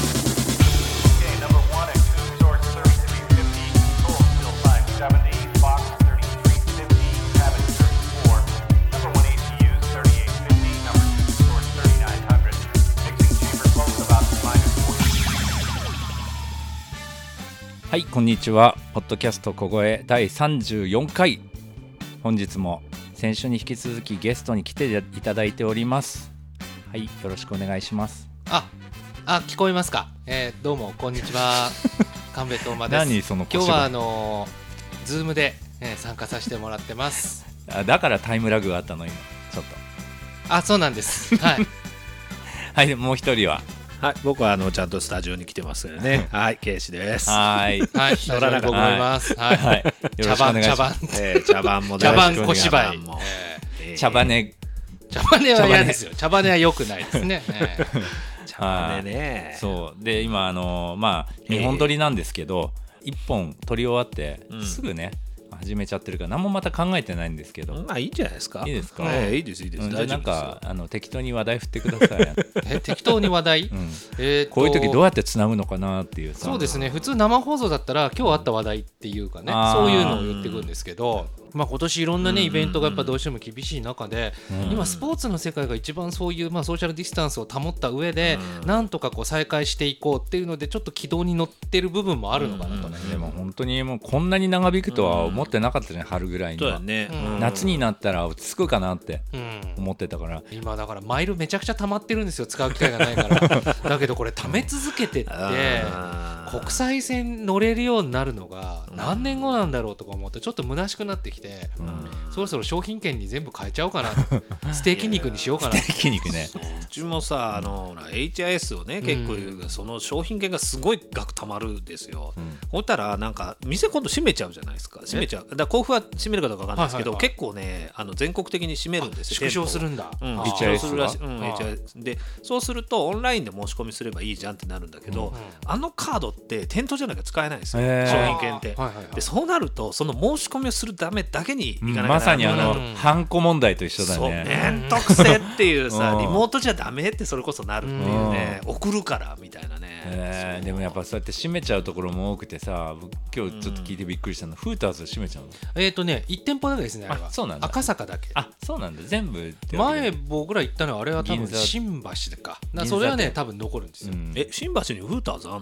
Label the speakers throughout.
Speaker 1: Okay, number one at Coon Source 3350, Control Still 570, Fox 3350, Cabin 34, number one ACU 3850, number two Source 3900, mixing chamber close about minus 40.
Speaker 2: はい、こんにちは。ポッドキャスト小声第34回。本日も先週に引き続きゲストに来ていただいております。はい、よろしくお願いします。
Speaker 3: あ、あ、聞こえますか。えーどうもこんにちは。 神戸東馬です。
Speaker 2: 何その腰
Speaker 3: 今
Speaker 2: が
Speaker 3: 日はあのーズームで、えー参加させてもらってます。
Speaker 2: あだからタイムラグがあったの、今。ちょっと。
Speaker 3: あ、そうなんです。はい。
Speaker 2: はい、でもう一人は。
Speaker 4: はい、僕はあのちゃんとスタジオに来てますよね。はい、ケイシです。
Speaker 2: はーい。
Speaker 3: はい。乗らなく思います。はい。
Speaker 2: はい、よろ
Speaker 3: 茶
Speaker 2: しくお願
Speaker 3: 番
Speaker 2: いし
Speaker 3: 茶
Speaker 2: ま
Speaker 3: 番
Speaker 2: す。
Speaker 4: えー、茶番も
Speaker 3: 茶
Speaker 4: 大
Speaker 3: 番
Speaker 4: 好き
Speaker 3: 小芝居
Speaker 4: 茶番。も
Speaker 3: えー
Speaker 4: えー
Speaker 2: 茶羽根、
Speaker 3: 茶番ねは嫌ですよ。茶番ねは良くないですね。えー
Speaker 4: 茶番でね。
Speaker 2: そう。で、今、あのーまあ、
Speaker 4: ええ
Speaker 2: 日本撮りなんですけど、一本撮り終わって、すぐね、始めちゃってるから、何もまた考えてないんですけど。
Speaker 4: まあいいんじゃないですか。
Speaker 2: いいですか
Speaker 4: えーいいですいいです。
Speaker 2: うんじゃあ
Speaker 4: 大
Speaker 2: な
Speaker 4: 丈
Speaker 2: ん
Speaker 4: 夫です
Speaker 2: か
Speaker 4: よ。
Speaker 2: あの適当に話題振ってください
Speaker 3: え適当に話題。えー と
Speaker 2: こういう時どうやってつなぐのかなっていうさ
Speaker 3: そうですね普通生放送だったら今日あった話題っていうかね
Speaker 2: あー
Speaker 3: そういうのを言ってくんですけど、まあ、今年いろんなねイベントがやっぱどうしても厳しい中で今スポーツの世界が一番そういうまあソーシャルディスタンスを保った上でなんとかこう再開していこうっていうのでちょっと軌道に乗ってる部分もあるのかなとね。
Speaker 2: でも本当にもうこんなに長引くとは思ってなかったじゃん春ぐらいに
Speaker 4: そうだ
Speaker 2: は、
Speaker 4: ね。
Speaker 3: うん
Speaker 2: 夏になったら落ち着くかなって
Speaker 3: うん
Speaker 2: 思ってたから
Speaker 3: 今だからマイルめちゃくちゃ溜まってるんですよ使う機会がないから だけどこれ溜め続けてって
Speaker 4: あー
Speaker 3: 国際線乗れるようになるのが何年後なんだろうとか思ってちょっと虚しくなってきて、そろそろ商品券に全部変えちゃおうかなステーキ肉にしようかな
Speaker 2: 筋肉ね
Speaker 4: うちもさあのほら HIS をね結構、その商品券がすごい額たまるんですよ、ほったらなんか店今度閉めちゃうじゃないですか閉めちゃうだから甲府は閉めるかどうかわかんないですけど、
Speaker 3: はいはいはい
Speaker 4: 結構ねあの全国的に閉めるんです
Speaker 3: 縮
Speaker 4: よ
Speaker 3: 小
Speaker 4: 店舗を
Speaker 3: するんだ、
Speaker 4: うん、
Speaker 3: あー
Speaker 2: 一応
Speaker 4: 一応するらし
Speaker 2: HIS
Speaker 4: い、う
Speaker 3: が
Speaker 4: ん、
Speaker 3: あー
Speaker 4: HIS でそうするとオンラインで申し込みすればいいじゃんってなるんだけど、
Speaker 2: うん
Speaker 4: あのカードって店頭じゃなきゃ使えないんですよ、
Speaker 2: へー
Speaker 4: 商品券って、
Speaker 3: あーはいはいはい
Speaker 4: でそうなるとその申し込みをするためだけに行かなきゃならない
Speaker 2: まさにあの、
Speaker 3: うん
Speaker 2: ハンコ問題と一緒だ
Speaker 4: そう
Speaker 2: ね
Speaker 4: 面倒くせえっていうさ、
Speaker 2: うん
Speaker 4: リモートじゃダメってそれこそなるっていうね、送るからみたいなね、
Speaker 2: えーでもやっぱそうやって閉めちゃうところも多くてさ僕今日ちょっと聞いてびっくりしたの、フーターズ閉めちゃうの
Speaker 3: えっ、とね1店舗だけですねあれは
Speaker 2: あそうなんだ
Speaker 3: 赤坂だけ
Speaker 2: あそうなんだ全部ってわけ
Speaker 3: 前僕ら行ったのはあれは多
Speaker 2: 銀
Speaker 3: 分
Speaker 2: 座
Speaker 3: 新橋かな
Speaker 2: 銀座
Speaker 3: それはね多分残るんですよ、
Speaker 2: うん
Speaker 4: え新橋にフーターズあんの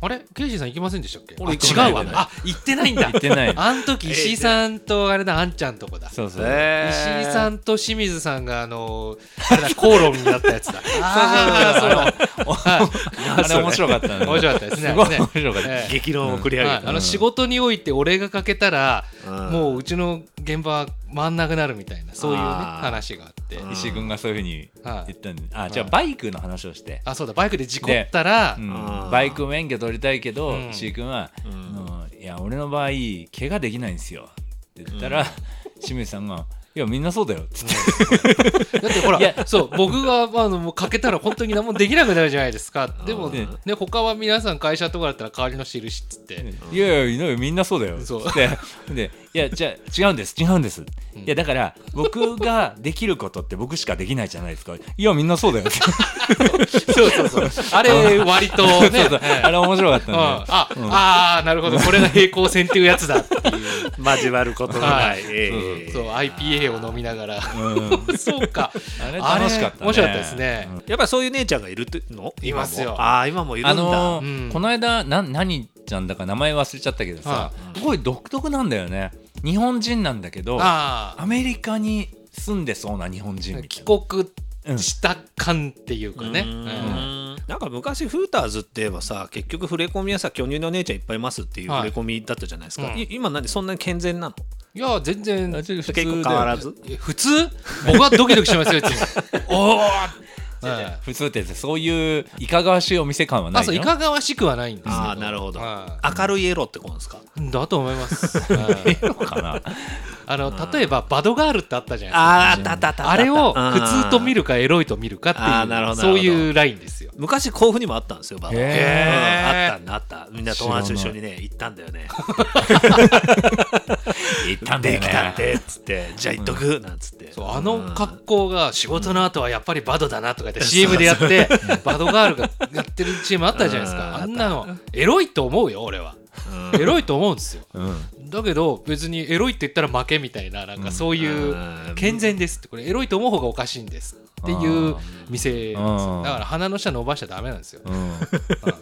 Speaker 3: あれケイシーさん行きませんでしたっけあ
Speaker 4: 俺行かない
Speaker 3: 違うわあ行ってないん だ
Speaker 2: 行って ない
Speaker 3: あん時石井さんとあれだあんちゃんとこだ
Speaker 2: そうそう、
Speaker 4: え
Speaker 3: 石井さんと清水さんがあのあれだ口論になったやつだ ああそう
Speaker 2: あれ面白かったね
Speaker 3: 面白かったですね
Speaker 2: すごい
Speaker 3: あれね
Speaker 2: 面白かった、
Speaker 3: ええ
Speaker 4: 激論を繰り上げ
Speaker 3: は
Speaker 4: た、
Speaker 3: いあの仕事において俺がかけたら
Speaker 4: うん
Speaker 3: もううちの現場は回んなくなるみたいなそういうね
Speaker 4: あー
Speaker 3: 話があって
Speaker 4: うん
Speaker 2: 石井君がそういうふうに言ったんで、あじゃあ
Speaker 3: はい
Speaker 2: バイクの話をして、
Speaker 3: あそうだバイクで事故ったら
Speaker 2: うん
Speaker 4: あー
Speaker 2: バイク免許取りたいけど、
Speaker 3: うん
Speaker 2: 石井君は、
Speaker 4: うん
Speaker 2: あのいや俺の場合怪我できないんですよ」って言ったら、清水さんが「いやみんなそうだよ」っつって、
Speaker 3: だってほら
Speaker 2: いや
Speaker 3: そう僕があのもうかけたら本当に何もできなくなるじゃないですかでもね
Speaker 2: う
Speaker 3: 他は皆さん会社とかだったら代わりの印っつって
Speaker 2: いやいやいないよみんなそうだよ」っつ
Speaker 3: そう
Speaker 2: ってで「いやじゃあ違うんです違うんです」いやだから僕ができることって僕しかできないじゃないですか「いやみんなそうだよ」って
Speaker 3: そうそうそうあれ割とね
Speaker 2: そうそう
Speaker 3: ええ
Speaker 2: あれ面白かったん
Speaker 3: う
Speaker 2: で
Speaker 3: ん、あ、あーなるほどこれが平行線っていうやつだ っていう
Speaker 4: 交わることのな、
Speaker 3: はいい
Speaker 4: ええ
Speaker 3: そう IPA を飲みながら
Speaker 2: う
Speaker 3: そうか
Speaker 2: あれ楽しかったね
Speaker 3: あれ面白かったですね、
Speaker 4: やっぱりそういう姉ちゃんがいるっての
Speaker 3: いますよ
Speaker 4: 今もああ今もいるんだ、
Speaker 2: あの
Speaker 3: うん
Speaker 2: ーこの間な何ちゃんだか名前忘れちゃったけどさ
Speaker 3: は
Speaker 2: すごい独特なんだよね日本人なんだけどア
Speaker 3: あ
Speaker 2: メリカに住んでそうな日本人
Speaker 3: あ
Speaker 2: みた
Speaker 3: 帰
Speaker 2: い
Speaker 3: 国
Speaker 2: な
Speaker 3: した感っていうかね、
Speaker 4: うん
Speaker 3: うん
Speaker 4: なんか昔フーターズって言えばさ結局触れ込みはさ巨乳の姉ちゃんいっぱいいますっていう
Speaker 3: はい
Speaker 4: 触れ込みだったじゃないですか、
Speaker 3: うん
Speaker 4: い今何そんなに健全なの
Speaker 3: いや全然
Speaker 2: うん結
Speaker 4: 結構変わらず
Speaker 3: 普通僕はドキドキしますよい つもおお、はい
Speaker 2: 普通ってそういういかがわしいお店感はな
Speaker 3: あ
Speaker 2: い
Speaker 3: そ
Speaker 2: よ
Speaker 3: ういかがわしくはないんですけど
Speaker 4: ああなるほど
Speaker 3: は
Speaker 4: 明るいエロってことですか
Speaker 3: いだと思います、はい
Speaker 2: かな
Speaker 3: あの例えばバドガールってあったじゃないですか
Speaker 4: あーあったあったあったあった
Speaker 3: あれを普通と見
Speaker 4: る
Speaker 3: るかエロいと見るかって
Speaker 4: あーなる
Speaker 3: い
Speaker 4: ほ
Speaker 3: うそ
Speaker 4: どなるほ
Speaker 3: う
Speaker 4: ど
Speaker 3: いうラインですよ
Speaker 4: 昔甲府にもあったんですよバドガール
Speaker 2: へ
Speaker 3: ー
Speaker 4: うんあったあったみんな友達と一緒にね行ったんだよね
Speaker 2: 行ったんだ
Speaker 4: で
Speaker 2: よ
Speaker 4: きた
Speaker 2: ね
Speaker 4: んでっつってじゃあ行っとくなんつって
Speaker 3: そうあの格好が仕事の後はやっぱりバドだなとかって CM でやってバドガールがやってる CM あったじゃないですか
Speaker 4: うん
Speaker 3: あんなのエロいと思うよ俺はエロいと思うんですよ
Speaker 2: うん
Speaker 3: だけど別にエロいって言ったら負けみたいななんかそういう健全ですってこれエロいと思う方がおかしいんですっていう店なんです
Speaker 2: うん
Speaker 3: よだから鼻の下伸ばしちゃダメなんです よ
Speaker 2: うん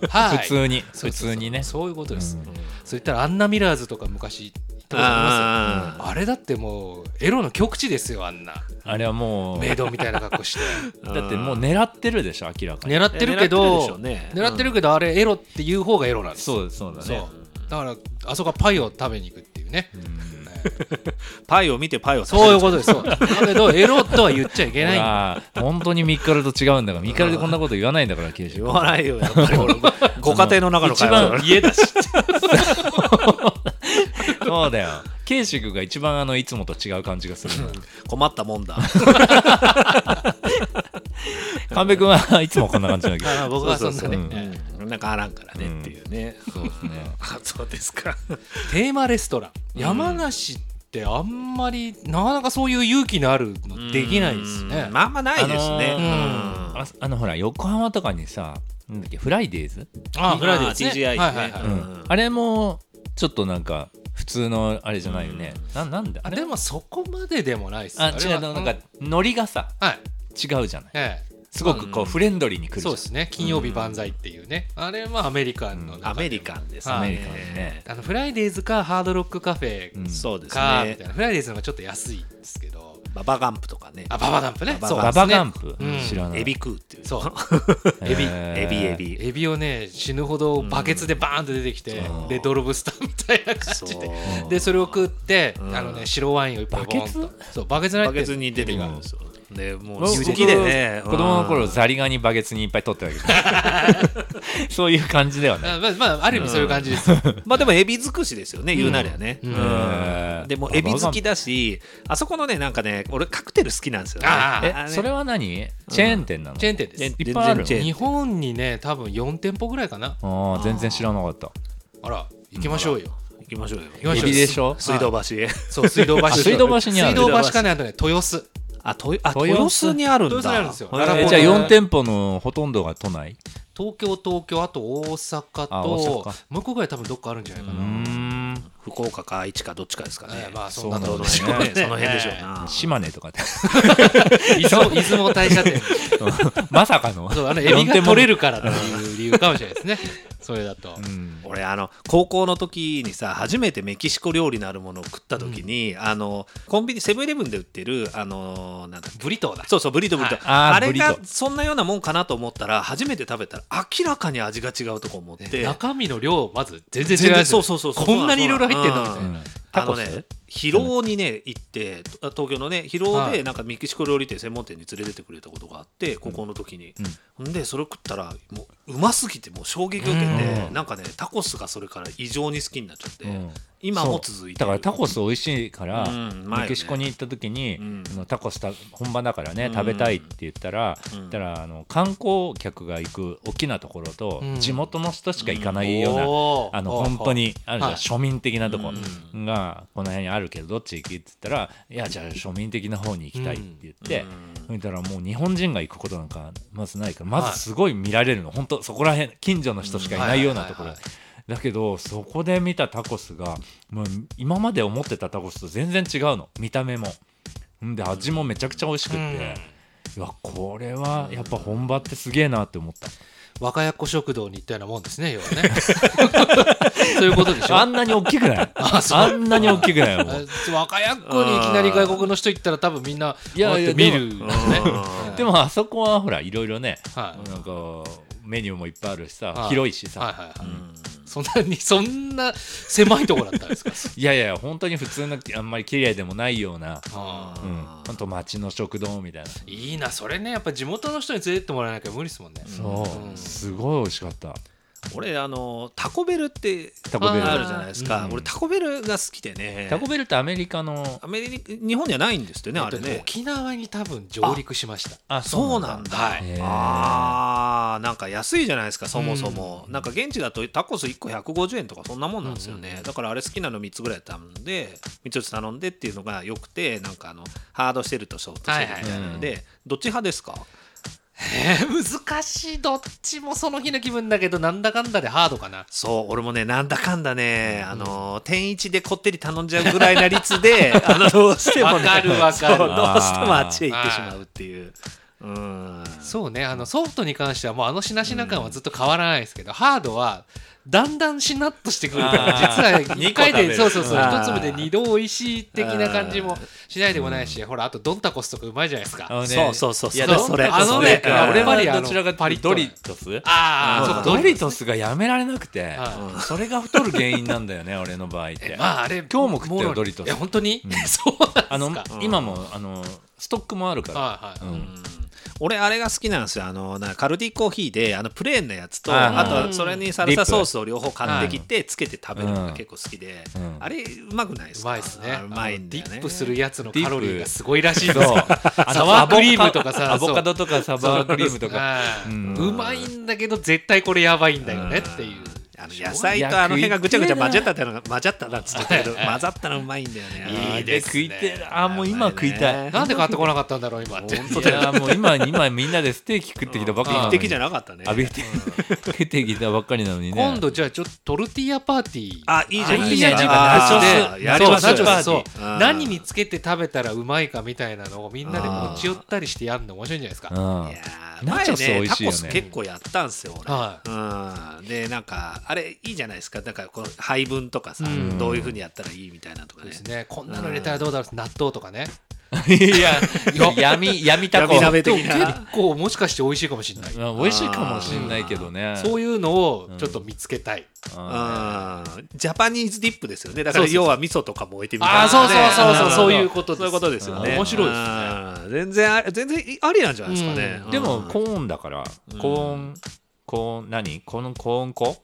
Speaker 3: はい
Speaker 2: 普通に
Speaker 3: そう
Speaker 2: 普通にね
Speaker 3: そうそういうことです、
Speaker 2: うん
Speaker 3: そういったらアンナ・ミラーズとか昔行ったことありますよあれだってもうエロの極致ですよあんな
Speaker 2: あれはもう
Speaker 3: メイドみたいな格好して
Speaker 2: だってもう狙ってるでしょ明らかに
Speaker 3: 狙ってるけど
Speaker 4: 狙ってるでしょうね
Speaker 3: 狙ってるけどあれエロっていう方がエロなんです
Speaker 2: そ
Speaker 3: よ
Speaker 2: うそうだ
Speaker 3: そう
Speaker 2: ね
Speaker 3: だからあそこはパイを食べに行くっていうね、
Speaker 4: パイを見てパイを食べる
Speaker 3: そういうことですそうだけどエロとは言っちゃいけないんだ
Speaker 2: ああ本当にミッカルと違うんだからミッカルでこんなこと言わないんだから刑事
Speaker 4: 言わないよやっぱり俺ご家庭の中の会話だから
Speaker 2: 家だしそうだよ刑事君が一番あのいつもと違う感じがするんだ
Speaker 4: 困ったもんだ
Speaker 2: 神戸君はいつもこんな感じなんだけ
Speaker 3: あー僕はそんなね
Speaker 2: そうそうそう
Speaker 3: えー
Speaker 4: うんなんかあらんからねっていうね
Speaker 2: ど そうですね
Speaker 4: あそうですか
Speaker 3: テーマレストラン山梨ってあんまりなかなかそういう勇気のあるのできないですね
Speaker 4: うんまあまあないですね
Speaker 2: あの
Speaker 4: うん
Speaker 2: ああのほら横浜とかにさなんだっけフライデーズ、
Speaker 3: あフライデー
Speaker 4: あ TGI ね
Speaker 3: はいはいはい
Speaker 2: うん
Speaker 4: うん
Speaker 2: あれもちょっとなんか普通のあれじゃないよね、なん、なんだあ
Speaker 3: あ
Speaker 2: れ
Speaker 3: でもそこまででもないです
Speaker 2: あ
Speaker 3: れ
Speaker 2: 違
Speaker 3: は
Speaker 2: うなん
Speaker 3: う
Speaker 2: かノリがさ
Speaker 3: はい
Speaker 2: 違うじゃない
Speaker 3: ええ
Speaker 2: すごくこうフレンドリーに来るじ
Speaker 3: そ
Speaker 2: ゃ、
Speaker 3: うんですね金曜日万歳っていうねあれはアメリカンの
Speaker 4: ア
Speaker 3: 中
Speaker 4: メ
Speaker 3: で
Speaker 4: リカンですね
Speaker 3: はい
Speaker 2: アメリカンでね
Speaker 3: あのフライデーズかハードロックカフェ
Speaker 2: うん
Speaker 4: そうです
Speaker 3: かみ
Speaker 4: ね
Speaker 3: たいなフライデーズの方がちょっと安いんですけど
Speaker 4: ババガンプとかね
Speaker 3: あババダンプね
Speaker 4: バ
Speaker 3: そう
Speaker 2: バ
Speaker 3: ですね
Speaker 2: バガンプ、
Speaker 3: うん
Speaker 2: 知らない
Speaker 4: エビ食うっていう
Speaker 3: そう
Speaker 2: エビ
Speaker 4: エビエビ
Speaker 3: エビをね死ぬほどバケツでバーンと出てきて
Speaker 2: うん
Speaker 3: レッドロブスターみたいな感じ
Speaker 4: そ
Speaker 3: で
Speaker 4: う
Speaker 3: でそれを食って
Speaker 4: ん
Speaker 3: あのね白ワインを一杯ボーンと
Speaker 2: バ
Speaker 3: そうバケツに入
Speaker 4: バ
Speaker 3: って
Speaker 4: ケ
Speaker 3: る
Speaker 4: ツに出てくるんですよでもう
Speaker 2: 僕
Speaker 4: 好きでね
Speaker 2: 子供の頃
Speaker 4: うん
Speaker 2: ザリガニバケツにいっぱい取ってたけどそういう感じではない
Speaker 3: あまあまあある意味そういう感じですよ
Speaker 4: まあでもエビ尽くしですよね言うなりゃね
Speaker 3: うん
Speaker 4: うんでもエビ好きだしあそこのねなんかね俺カクテル好きなんですよね
Speaker 3: あー
Speaker 2: え
Speaker 4: あれ
Speaker 2: それは何チェーン店なの
Speaker 3: チェーン店です
Speaker 2: いっぱいある
Speaker 4: 全然チェーン
Speaker 3: 日本にね多分4店舗ぐらいかな
Speaker 2: あー全然知らなかった
Speaker 3: あら行きましょうよ
Speaker 4: 行きましょうよ
Speaker 3: 行きま
Speaker 2: エ
Speaker 3: しょう
Speaker 2: ビでしょ
Speaker 4: 水道橋へ
Speaker 3: そう水道橋
Speaker 2: あ水道橋にある
Speaker 3: 水道橋かねあとね豊洲
Speaker 4: あとあ
Speaker 2: 豊洲
Speaker 4: 豊洲にあるんだ
Speaker 3: 豊洲にあるんですよ
Speaker 4: へ
Speaker 3: ら
Speaker 2: え
Speaker 3: こ
Speaker 2: じゃあ
Speaker 3: よ
Speaker 2: 4店舗のほとんどが都内
Speaker 3: 東京東京あと大阪
Speaker 2: あ
Speaker 3: と
Speaker 2: 大阪
Speaker 3: もう一個ぐらい多分どっかあるんじゃないうか
Speaker 2: ー
Speaker 3: なん
Speaker 4: 福岡か愛知かどっちかですか
Speaker 3: え
Speaker 4: ね
Speaker 3: えまあそ
Speaker 2: うんな
Speaker 3: なんと
Speaker 2: だ
Speaker 3: こ
Speaker 2: ろう
Speaker 3: で
Speaker 2: ね
Speaker 3: しょうね
Speaker 4: その辺でしょうな
Speaker 2: 島根とかで
Speaker 3: 出 雲出雲大社店
Speaker 2: まさかの
Speaker 3: そうあのエビ
Speaker 2: 四
Speaker 3: が
Speaker 2: 店舗
Speaker 3: 取れるからっていう理由かもしれないですねそれだと
Speaker 2: うん
Speaker 4: 俺あの高校の時にさ初めてメキシコ料理のあるものを食った時に、あのコンビニセブンイレブンで売ってるあのなんだ
Speaker 3: ブリトーだ
Speaker 4: そうそうブリトブリト、
Speaker 3: はい
Speaker 2: あー
Speaker 4: あれ
Speaker 2: ブ
Speaker 4: が
Speaker 2: リト
Speaker 4: そんなようなもんかなと思ったら初めて食べたら明らかに味が違うとこ思って
Speaker 3: 中身の量まず全然違う
Speaker 4: 全然
Speaker 3: やつ
Speaker 4: そうそうそうそう
Speaker 3: こんなにいろいろ入ってんだみたいな
Speaker 4: う
Speaker 2: うん
Speaker 4: あ
Speaker 2: タ
Speaker 4: の
Speaker 2: コス
Speaker 4: ね広尾にね行ってと東京のね広尾
Speaker 3: は
Speaker 4: で
Speaker 3: い
Speaker 4: なんかメキシコ料理店専門店に連れてってくれたことがあって高校の時に、んでそれを食ったらもううますぎてもう衝撃受けて、
Speaker 2: うん
Speaker 4: なんかねタコスがそれから異常に好きになっちゃって、
Speaker 2: うん
Speaker 4: 今も続いて
Speaker 2: だからタコ
Speaker 4: ス
Speaker 2: ス美味しいから、
Speaker 4: うん前ね
Speaker 2: メキシコに行った時に、
Speaker 4: うん
Speaker 2: あのタコスた本場だからね、
Speaker 4: うん
Speaker 2: 食べたいって言ったら、
Speaker 4: うん
Speaker 2: 言ったらあの観光客が行く大きなところと、
Speaker 3: うん
Speaker 2: 地元の人しか行かないような、
Speaker 3: おー
Speaker 2: あの
Speaker 3: おー
Speaker 2: 本当にあるじゃん、
Speaker 3: はい
Speaker 2: 庶民的なとこ
Speaker 4: う
Speaker 2: がこの辺にあるけどどっち行きって言ったらいやじゃあ庶民的な方に行きたいって言って。そしたらもう日本人が行くことなんかまずないからまずすごい見られるの、本当そこら辺近所の人しかいないようなところ
Speaker 3: はいはい
Speaker 2: だけどそこで見たタコスがもう今まで思ってたタコスと全然違うの見た目もんで味もめちゃくちゃ美味しくって、いやこれはやっぱ本場ってすげえなって思った、
Speaker 3: 若やっこ食堂に行ったようなもんですね要はね そういうことでしょ
Speaker 2: あんなに大きくないあんなに大きくないもう
Speaker 3: あ若やっこにいきなり外国の人行ったら多分みんな
Speaker 2: うんいや
Speaker 3: こうやって見るよね
Speaker 4: うん
Speaker 2: でもあそこはほらいろいろね、
Speaker 3: はい
Speaker 2: なんかメニューもいっぱいあるしさ、
Speaker 3: はい
Speaker 2: 広いしさ、
Speaker 3: はいはいはいそんなにそんな狭いところだったんです か
Speaker 2: いやいや本当に普通のあんまり綺麗でもないような
Speaker 3: あ
Speaker 2: うん、ほんと町の食堂みたいな、
Speaker 3: ーいいなそれねやっぱ地元の人に連れてってもらわなきゃ無理ですもんね
Speaker 2: そうすごい美味しかった
Speaker 4: 俺あのタコベルって
Speaker 2: タコベル
Speaker 4: あるじゃないですか、
Speaker 2: うん
Speaker 4: 俺タコベルが好きでね
Speaker 2: タコベルってアメリカの
Speaker 4: アメリカ日本にはないんですってねあれ
Speaker 3: えっと
Speaker 4: ね
Speaker 3: 沖縄に多分上陸しました
Speaker 2: あ
Speaker 4: そうなんだ、は
Speaker 2: へ
Speaker 4: い
Speaker 2: ー、
Speaker 4: あーなんか安いじゃないですかそもそも、なんか現地だとタコス1個150円とかそんなもんなんですよね、だからあれ好きなの3つぐらい頼んで3つ頼んでっていうのがよくてなんかあのハードしてるとソフトしてるみたいなので、どっち派ですか
Speaker 3: えー難しいどっちもその日の気分だけどなんだかんだでハードかな
Speaker 4: そう俺もねなんだかんだね、あの天一でこってり頼んじゃうぐらいな率 であのどうしても、ね、
Speaker 3: わかるわかる
Speaker 4: そうどうしてもあっちへ行ってしまうっていううん
Speaker 3: そうねあのソフトに関してはもうあのしなしな感はずっと変わらないですけど、ハードはだんだんしなっとしてくるから
Speaker 2: あ
Speaker 3: 実は2回
Speaker 4: 食べ
Speaker 3: で
Speaker 4: る
Speaker 3: そうそうそう
Speaker 4: あー
Speaker 3: 1粒で2度おいしい的な感じもしないでもないし、ほらあとドンタコスとかうまいじゃないですか。
Speaker 2: あのね
Speaker 4: そうそうそうそう
Speaker 2: いや
Speaker 4: そう
Speaker 2: ドン
Speaker 4: それ
Speaker 2: あの
Speaker 4: それ
Speaker 2: ねいや俺まで
Speaker 3: あの
Speaker 2: どちらか
Speaker 3: パ
Speaker 2: パ
Speaker 3: リ
Speaker 2: リ
Speaker 3: ッと
Speaker 2: ドリトス
Speaker 3: ああ、
Speaker 2: うん
Speaker 3: そうか
Speaker 2: ド
Speaker 3: ド
Speaker 2: リ
Speaker 3: リ
Speaker 2: トスがやめられなくて
Speaker 3: は
Speaker 2: それが太る原因なんだよね俺の場合って
Speaker 3: まああれ
Speaker 2: 今日も食ったよ
Speaker 3: もろ
Speaker 2: ドリトス
Speaker 3: いや本当に、
Speaker 2: うん
Speaker 3: そうなんですか
Speaker 2: あの
Speaker 3: はい
Speaker 2: 今もあのストックもあるから
Speaker 3: は
Speaker 2: う
Speaker 3: い、
Speaker 2: ん
Speaker 4: 俺あれが好きなんですよあのなカルディコーヒーであのプレーンのやつと
Speaker 2: あ
Speaker 4: あ
Speaker 2: ー
Speaker 4: とそれにサルサソースを両方買ってきてつけて食べるの
Speaker 2: う
Speaker 4: が
Speaker 2: ん
Speaker 4: 結構好きで、
Speaker 2: うん
Speaker 4: あれうまくないです
Speaker 3: う
Speaker 4: か
Speaker 3: まいですね
Speaker 4: あうまいんだよ
Speaker 3: あの
Speaker 4: ね
Speaker 3: ディップするやつのカロリーがすごいらしい
Speaker 2: そ
Speaker 3: で
Speaker 2: う
Speaker 3: すよサワークリームとかさ
Speaker 2: アボカドとかサワークリームとか
Speaker 3: はい
Speaker 2: うん
Speaker 3: うまいんだけど絶対これやばいんだよねっていう
Speaker 4: あの野菜とあの辺がぐちゃぐちゃ混ざったってのが混ざったなっつってた けど混ざったらうまいんだよね
Speaker 3: いいですね
Speaker 2: 食いてえなあもう今食いたい
Speaker 3: なんで買ってこなかったんだろう今って
Speaker 2: いやもう今今みんなでステーキ食ってきたばっかりなの
Speaker 4: 劇
Speaker 2: に
Speaker 4: 的じゃなかったね
Speaker 2: 浴びて食ってきたばっかりなのにね
Speaker 3: 今度じゃあちょっとトルティーヤパーティー
Speaker 4: あいいじゃないですか
Speaker 3: いいじゃ
Speaker 4: あ
Speaker 3: な
Speaker 4: そう
Speaker 3: い
Speaker 4: そう
Speaker 3: で
Speaker 4: やりましょ
Speaker 3: そうナ
Speaker 4: う
Speaker 3: チョスそう
Speaker 4: うん
Speaker 3: 何につけて食べたらうまいかみたいなのをみんなで持ち寄ったりしてやるの面白いんじゃないです
Speaker 2: う
Speaker 3: か
Speaker 2: ん
Speaker 4: いやー
Speaker 2: ナチョス
Speaker 4: 前
Speaker 2: 美
Speaker 4: ね
Speaker 2: 味
Speaker 4: タ
Speaker 2: しいよ
Speaker 4: コ
Speaker 2: ね
Speaker 4: ス結構やったんすよ俺、
Speaker 3: は
Speaker 4: うん、でなんかあれいいじゃないですかだからこの配分とかさ、
Speaker 3: うん
Speaker 4: どういうふうにやったらいいみたいなと
Speaker 3: そ
Speaker 4: か
Speaker 3: う
Speaker 4: ね
Speaker 3: ですねこんなの入れたらどうだろう納豆とかね
Speaker 2: いや闇闇タコ
Speaker 4: 闇鍋
Speaker 3: でも
Speaker 4: 的
Speaker 3: 結
Speaker 4: な
Speaker 3: 構もしかして美味しいかもしれない
Speaker 2: うん美味しいかもしんないけどね
Speaker 3: そういうのをちょっと見つけたい
Speaker 4: うんジャパニーズディップですよねだか
Speaker 3: そ
Speaker 4: ら
Speaker 3: うそうそう
Speaker 4: 要は味噌とかも置いてみたいな
Speaker 3: ああそうそうそうそうそういう
Speaker 4: こ
Speaker 3: こと
Speaker 4: とそういうことですよね
Speaker 3: 面白いですね
Speaker 4: ね全然あり全然ありなんじゃないですかね、
Speaker 3: う
Speaker 2: でも
Speaker 4: うん
Speaker 2: コーンだからコーンコーン何このコーン粉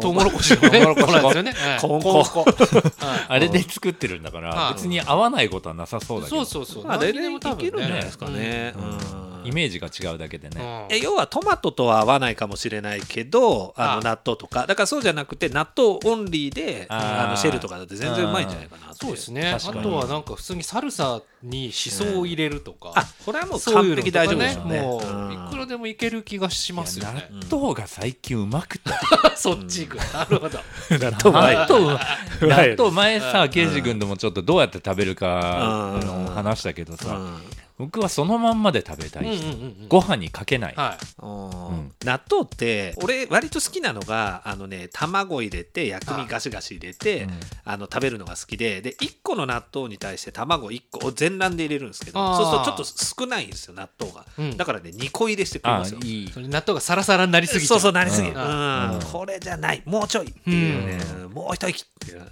Speaker 3: トウモロコシのね
Speaker 2: トウモロコシ
Speaker 3: 粉なんですよねはい
Speaker 4: コンコ
Speaker 2: あれで作ってるんだから
Speaker 3: はい
Speaker 2: 別に合わないことはなさそうだけ
Speaker 3: そ
Speaker 2: ど
Speaker 3: うそうそう
Speaker 4: まあ
Speaker 3: 何
Speaker 4: 全
Speaker 3: にで
Speaker 4: 然
Speaker 3: も
Speaker 4: い
Speaker 3: 多分ね
Speaker 4: けるんじゃないですかね、うん
Speaker 2: イメージが違うだけでね
Speaker 3: うん
Speaker 4: え要はトマトとは合わないかもしれないけどあ
Speaker 3: ああ
Speaker 4: の納豆とかだからそうじゃなくて納豆オンリーで
Speaker 2: ああ
Speaker 4: あのシェルとかだって全然うまいんじゃないかなって
Speaker 3: そうですねあ
Speaker 2: 確かに
Speaker 3: とはなんか普通にサルサにしそを入れるとか
Speaker 4: あこれはもう
Speaker 3: そうい
Speaker 4: 完
Speaker 3: うの
Speaker 4: 璧
Speaker 3: と
Speaker 4: 大丈
Speaker 3: か
Speaker 4: 夫で
Speaker 3: ね
Speaker 4: しょうね
Speaker 3: も
Speaker 4: うん
Speaker 3: ういくらでもいける気がしますよね
Speaker 2: 納豆が最近うまくて
Speaker 3: そっち行くなるほど
Speaker 4: 納豆は
Speaker 2: 納 豆
Speaker 4: うまい
Speaker 2: 納豆前さケイジ君ともちょっとどうやって食べるかあ
Speaker 4: うん
Speaker 2: の話したけど
Speaker 4: う
Speaker 2: さ
Speaker 4: ん
Speaker 2: 僕はそのまんまで食べた
Speaker 3: うんうんう
Speaker 2: い
Speaker 3: ん
Speaker 2: ご飯にかけない
Speaker 3: はい
Speaker 2: うん
Speaker 4: 納豆って俺割と好きなのがあのね卵入れて薬味ガシガシ入れて
Speaker 2: うん
Speaker 4: あの食べるのが好きでで1個の納豆に対して卵1個を全卵で入れるんですけ
Speaker 3: あ
Speaker 4: ど
Speaker 3: あ
Speaker 4: そうするとちょっと少ないんですよ納豆が
Speaker 3: うん
Speaker 4: だからね2個入れしてくれ
Speaker 2: あ
Speaker 4: ますよ
Speaker 2: いい
Speaker 3: それ納豆がサラサラになりすぎちゃ
Speaker 4: そううそうなりすぎ
Speaker 2: う
Speaker 4: うんん
Speaker 2: うん
Speaker 4: これじゃないもうちょいっていうねもう一息っていう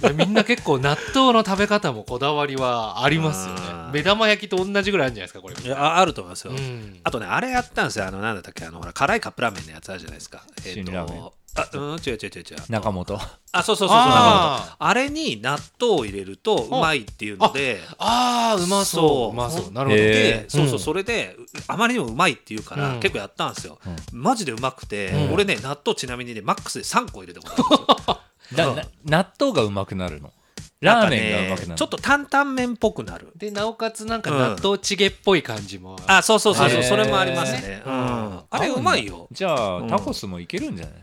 Speaker 3: でみんな結構納豆の食べ方もこだわりはありますよ
Speaker 4: あ
Speaker 3: ね
Speaker 4: ー
Speaker 3: 目玉焼きと同じぐらいあるんじゃないですかこれ
Speaker 4: いやああると思いますよ
Speaker 3: うん
Speaker 4: あとねあれやったんですよあのなんだったっけあのほら辛いカップラーメンのやつあるじゃないですかえ
Speaker 2: 辛
Speaker 4: っ
Speaker 2: ラーメン
Speaker 4: とあうん違う違う違う違う
Speaker 2: 中本
Speaker 4: あそうそうそうそう
Speaker 3: あー
Speaker 4: ああれに納豆を入れるとうまいっていうので
Speaker 3: ああうまそう
Speaker 4: そう
Speaker 3: うまそうなるほど
Speaker 2: へー
Speaker 4: でそうそう、
Speaker 3: うん
Speaker 4: それでうあまりにもうまいっていうから、
Speaker 3: うん
Speaker 4: 結構やったんですよ、
Speaker 2: う
Speaker 4: マジでうまくて、
Speaker 3: うん
Speaker 4: 俺ね納豆ちなみにねマックスで3個入れてもらったんです
Speaker 2: だ
Speaker 4: よ
Speaker 2: な納豆がうまくなるのラーメンがう
Speaker 4: な
Speaker 2: ま
Speaker 4: ん
Speaker 2: くなる
Speaker 4: かね
Speaker 2: の
Speaker 4: ちょっと担々麺っぽくなる
Speaker 3: でなおかつなんか
Speaker 4: うん
Speaker 3: 納豆チゲっぽい感じも
Speaker 4: あそうそうそうそう、
Speaker 2: へー
Speaker 4: それもありますね、うんあれうまいよ
Speaker 2: じゃあ、
Speaker 4: うん
Speaker 2: タコスもいけるんじゃない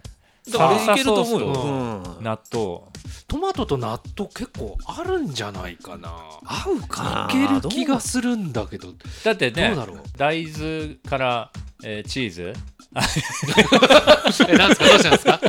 Speaker 4: だから
Speaker 2: サ
Speaker 4: い
Speaker 2: ラサ
Speaker 4: けると思うよ、
Speaker 2: ソースと
Speaker 4: うん
Speaker 2: 納豆
Speaker 3: トマトと納豆結構あるんじゃないかな
Speaker 4: 合うか
Speaker 3: いける気がするんだけど
Speaker 2: だってね
Speaker 3: どうだろう
Speaker 2: 大豆から、えーチーズ
Speaker 3: えなんですかどうしたんですか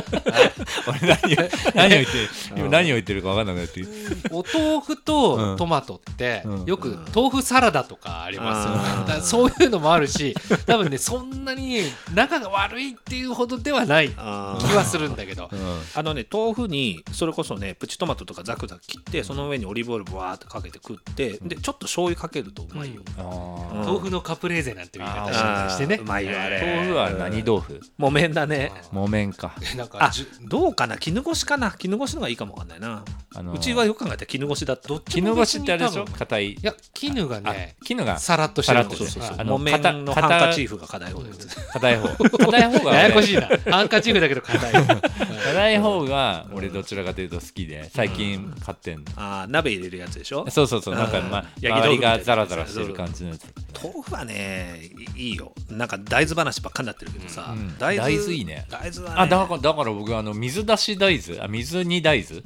Speaker 2: 俺何を何を言ってる今何を言ってるか分かんなくなって
Speaker 3: お豆腐
Speaker 2: うん
Speaker 3: とトマトって
Speaker 2: うん
Speaker 3: よく豆腐サラダとかありますよね
Speaker 4: うん
Speaker 3: だからそういうのもあるし多分ねそんなに仲が悪いっていうほどではない気
Speaker 4: あー
Speaker 3: はするんだけど
Speaker 2: うん
Speaker 4: あのね豆腐にそれこそねプチトマトとかザクザク切ってその上にオリーブオイルぶわーってかけて食ってでちょっと醤油かけるとうまいよ、
Speaker 3: うん
Speaker 2: あー
Speaker 4: うん
Speaker 3: 豆腐のカプレーゼなんていう言い
Speaker 2: あ
Speaker 3: 方
Speaker 2: ー
Speaker 3: してね
Speaker 4: うまいよあれ
Speaker 2: 豆腐は何何豆腐
Speaker 4: 木綿だね
Speaker 2: 木綿か
Speaker 3: えなんか
Speaker 4: あ
Speaker 3: じゅ
Speaker 4: どうかな絹ごしかな絹ごしの方がいいかもわかんないな、
Speaker 2: あのー
Speaker 4: うちはよく考えたら絹ごしだったどっ
Speaker 2: 絹ごしってあれでしょ硬い
Speaker 3: いや絹が
Speaker 2: あ
Speaker 3: ね
Speaker 2: 絹が
Speaker 3: さらっとしてるん
Speaker 2: さらっ
Speaker 3: で
Speaker 2: と
Speaker 3: すよ
Speaker 2: そうそうそう
Speaker 3: はい
Speaker 2: あの
Speaker 4: 木綿の
Speaker 2: 片
Speaker 4: ハンカチーフが課題方です
Speaker 2: 硬い方硬い方が
Speaker 3: ややこ
Speaker 2: 俺
Speaker 3: しいなハンカチーフだけど硬い
Speaker 2: 硬い方が俺どちらかというと好きで最近買ってんの
Speaker 4: ああ鍋入れるやつでしょ
Speaker 2: そうそうそうなんか
Speaker 4: うん
Speaker 2: ま
Speaker 4: 焼き
Speaker 2: 周り
Speaker 4: 豆腐みたいな
Speaker 2: がザラザラしてる感じのやつ
Speaker 4: 豆腐はねいいいよなんか大豆話ばっかになってるけどさ、
Speaker 2: うん
Speaker 4: 大豆
Speaker 2: 大豆いいね
Speaker 4: 大豆はね
Speaker 2: あだからだから僕あの水出し大豆あ水煮大豆っ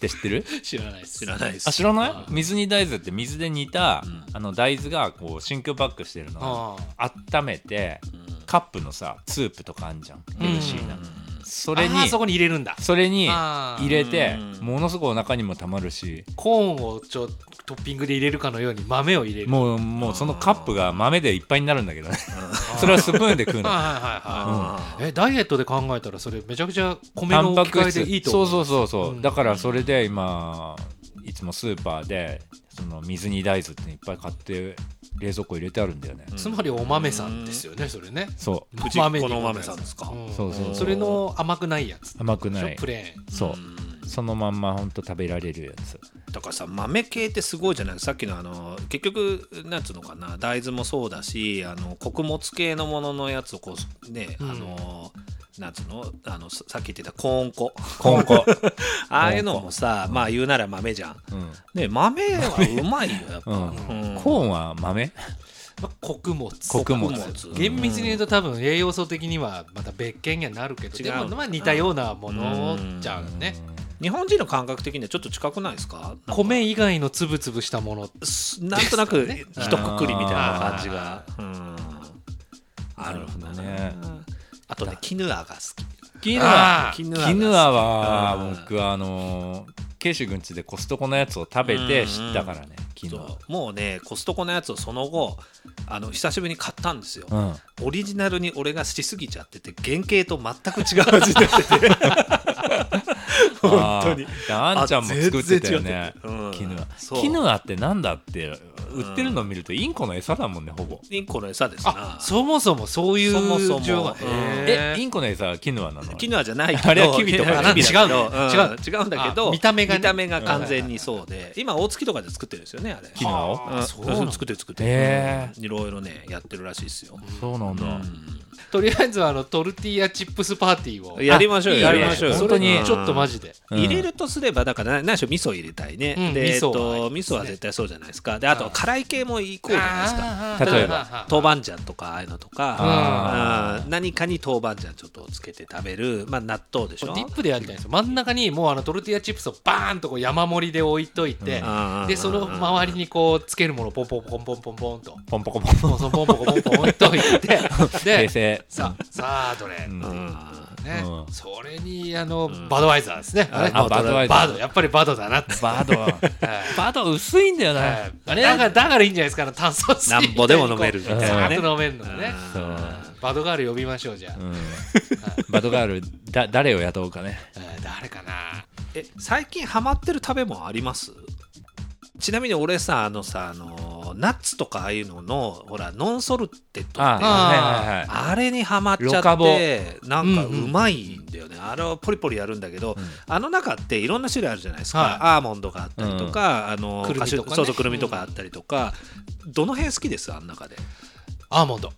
Speaker 2: て知ってる
Speaker 3: 知らないです
Speaker 4: 知らないです
Speaker 2: あ知らない水煮大豆って水で煮た、あの大豆がこう真空パックしてるの
Speaker 3: ああ
Speaker 2: 温めて、カップのさスープとかあんじゃんヘルシーな、そ
Speaker 3: こ
Speaker 2: れに
Speaker 3: そこに入れるんだ
Speaker 2: それに
Speaker 3: あー
Speaker 2: 入れて
Speaker 4: うん
Speaker 2: ものすごくお腹にもたまるし
Speaker 3: コーンをちょトッピングで入れるかのように豆を入れる
Speaker 2: もうもうそのカップが豆でいっぱいになるんだけどねそれはスプーンで 食うの
Speaker 3: はいはいはいはい
Speaker 4: あ
Speaker 3: えダイエットで考えたらそれめちゃくちゃ米
Speaker 2: タン
Speaker 3: の
Speaker 2: パ
Speaker 3: 置き
Speaker 2: ク
Speaker 3: 換え
Speaker 2: 質
Speaker 3: でいいと
Speaker 2: そ
Speaker 3: 思
Speaker 2: うそうそうそう、
Speaker 3: ん
Speaker 2: だからそれで今いつもスーパーでその水煮大豆っていっぱい買って冷蔵庫入れてあるんだよね、
Speaker 3: つまりお豆さんですよねそれね
Speaker 2: そう
Speaker 4: ちこのお豆さんですか
Speaker 3: う
Speaker 2: そうそう
Speaker 3: それの甘くないやつ
Speaker 2: 甘くな
Speaker 3: で
Speaker 2: い
Speaker 3: しょプレーン
Speaker 2: そう
Speaker 4: う、ん
Speaker 2: そのまんまほんと食べられるやつ
Speaker 4: だからさ豆系ってすごいじゃないさっきのあの結局なんつうのかな大豆もそうだしあの穀物系のもののやつをこうね、
Speaker 3: うん
Speaker 4: あのなんつうのあのささっき言ってたコーン粉
Speaker 2: コーン粉、
Speaker 4: ああいうのもさまあ言うなら豆じゃん
Speaker 2: うん
Speaker 4: ね豆はうまいよやっぱ、
Speaker 2: うん
Speaker 4: うん
Speaker 2: コーンは豆
Speaker 3: まあ穀物
Speaker 2: 穀物
Speaker 3: 厳密に言うと多分栄養素的にはまた別件にはなるけど
Speaker 4: 違う
Speaker 3: でもまあ似たようなものじゃんね
Speaker 4: 日本人の感覚的にはちょっと近くないですかなんか
Speaker 3: 米以外のつぶつぶしたもの
Speaker 4: すなんとなく
Speaker 3: ですかね
Speaker 4: 一括りみたいな感じが、うん、あるんだ
Speaker 2: なるほ
Speaker 4: あとねキヌアが好き
Speaker 2: キ
Speaker 3: ヌ
Speaker 2: ヌ
Speaker 3: ア
Speaker 2: アキ
Speaker 4: キヌ
Speaker 2: ヌ
Speaker 4: ア
Speaker 2: ア
Speaker 4: が好
Speaker 2: は
Speaker 4: き
Speaker 2: 僕はあのー慶州軍地でコストコのやつを食べて知ったからねキヌ
Speaker 4: そうもうねコストコのやつをその後あの久しぶりに買ったんですよ、
Speaker 2: アうん
Speaker 4: オリジナルに俺がしすぎちゃってて原型と全く違う味出 てて本当に
Speaker 2: あーであんちゃんも作ってたよ
Speaker 4: あ
Speaker 2: ね
Speaker 4: 全然違ってて
Speaker 2: キヌ
Speaker 4: うん
Speaker 2: ア
Speaker 4: そう
Speaker 2: キヌアってなんだって売ってるの見るとインコの餌だもんねほぼ
Speaker 4: インコの餌です
Speaker 3: あ
Speaker 4: な
Speaker 3: そもそもそういう
Speaker 4: そもそも
Speaker 3: 需要が
Speaker 4: うん
Speaker 2: え
Speaker 3: へー
Speaker 2: インコの餌はキヌアなの
Speaker 4: キヌアじゃないけど
Speaker 2: あれはキビとか
Speaker 4: いやなんだけど
Speaker 3: 違うね
Speaker 4: ん、違うんだけど
Speaker 3: あ見た目がね
Speaker 4: 見た目が完全にそうで今大月とかで作ってるんですよねあれ
Speaker 2: キヌアを
Speaker 4: うん
Speaker 3: そうなんだ
Speaker 4: 作ってる作ってる、
Speaker 2: へ
Speaker 4: いろいろねやってるらしいですよ、
Speaker 2: そうなんだ
Speaker 3: とりあえずあのトルティーヤチップスパーティーを
Speaker 4: やりましょうよ
Speaker 2: いい
Speaker 4: や
Speaker 2: ね
Speaker 4: りましょうよ
Speaker 2: 本当に
Speaker 4: うん
Speaker 3: ちょっとマジで
Speaker 2: うん
Speaker 4: 入れるとすればだから何でしょう味噌入れたいね、
Speaker 3: うん
Speaker 4: で
Speaker 3: 味噌
Speaker 4: えっ
Speaker 3: は
Speaker 4: と
Speaker 3: いいで
Speaker 4: 味
Speaker 3: すね
Speaker 4: 噌は絶対そうじゃないですかであと辛い系もいこうじゃないですか
Speaker 3: あ
Speaker 2: ー
Speaker 3: ー
Speaker 2: 例えば
Speaker 3: ははは
Speaker 4: 豆板醤とかああいうのとか
Speaker 2: あ、
Speaker 4: うん何かに豆板醤ちょっとつけて食べる、まあ、納豆でし
Speaker 3: デ
Speaker 4: ょ
Speaker 3: ィップでやりたいんですよ真ん中にもうあのトルティーヤチップスをバーンとこう山盛りで置いといて、
Speaker 4: うん
Speaker 3: でその周りにこうつけるものをポンポンポンポンポンポンと
Speaker 2: ポンポコポンポ
Speaker 3: もうそのポンポンポンポン置いといて
Speaker 2: 平
Speaker 3: で
Speaker 2: 成
Speaker 3: さあさあどれ、
Speaker 2: うん
Speaker 4: うん
Speaker 3: ね
Speaker 2: うん
Speaker 3: それにあの、バドワイザーですね
Speaker 4: あ
Speaker 3: あれ
Speaker 2: バドワイザー
Speaker 3: バドやっぱりバドだなって
Speaker 2: バードは
Speaker 3: はい
Speaker 2: バードは薄いんだよ
Speaker 3: は
Speaker 2: ない
Speaker 3: あれだからだからいいんじゃないですかあの炭素水
Speaker 4: なんぼでも飲めるみ
Speaker 3: み
Speaker 4: た
Speaker 3: た
Speaker 4: い
Speaker 3: い
Speaker 4: な
Speaker 3: な
Speaker 4: ね
Speaker 3: こうさーっと飲めるのがね
Speaker 2: そう
Speaker 3: バドガール呼びましょうじゃあ、
Speaker 2: うんバドガールだ誰を雇うかね
Speaker 3: えー誰かな
Speaker 4: え最近ハマってる食べ物ありますちなみに俺さあのさあのナッツとかああいうののほらノンソルテッドっていう
Speaker 2: あ
Speaker 3: あー
Speaker 2: はいはいはい
Speaker 4: あれにはまっちゃ
Speaker 2: ロカ
Speaker 4: っ
Speaker 2: ボ
Speaker 4: てなんかうまいんだよね、あれをポリポリやるんだけど、あの中っていろんな種類あるじゃないですか、
Speaker 3: は
Speaker 4: アーモンドがあったりとか、あの
Speaker 3: くるみとかね
Speaker 4: カシュそうそうくるみとかあったりとか、どの辺好きですあの中で
Speaker 3: アーモンド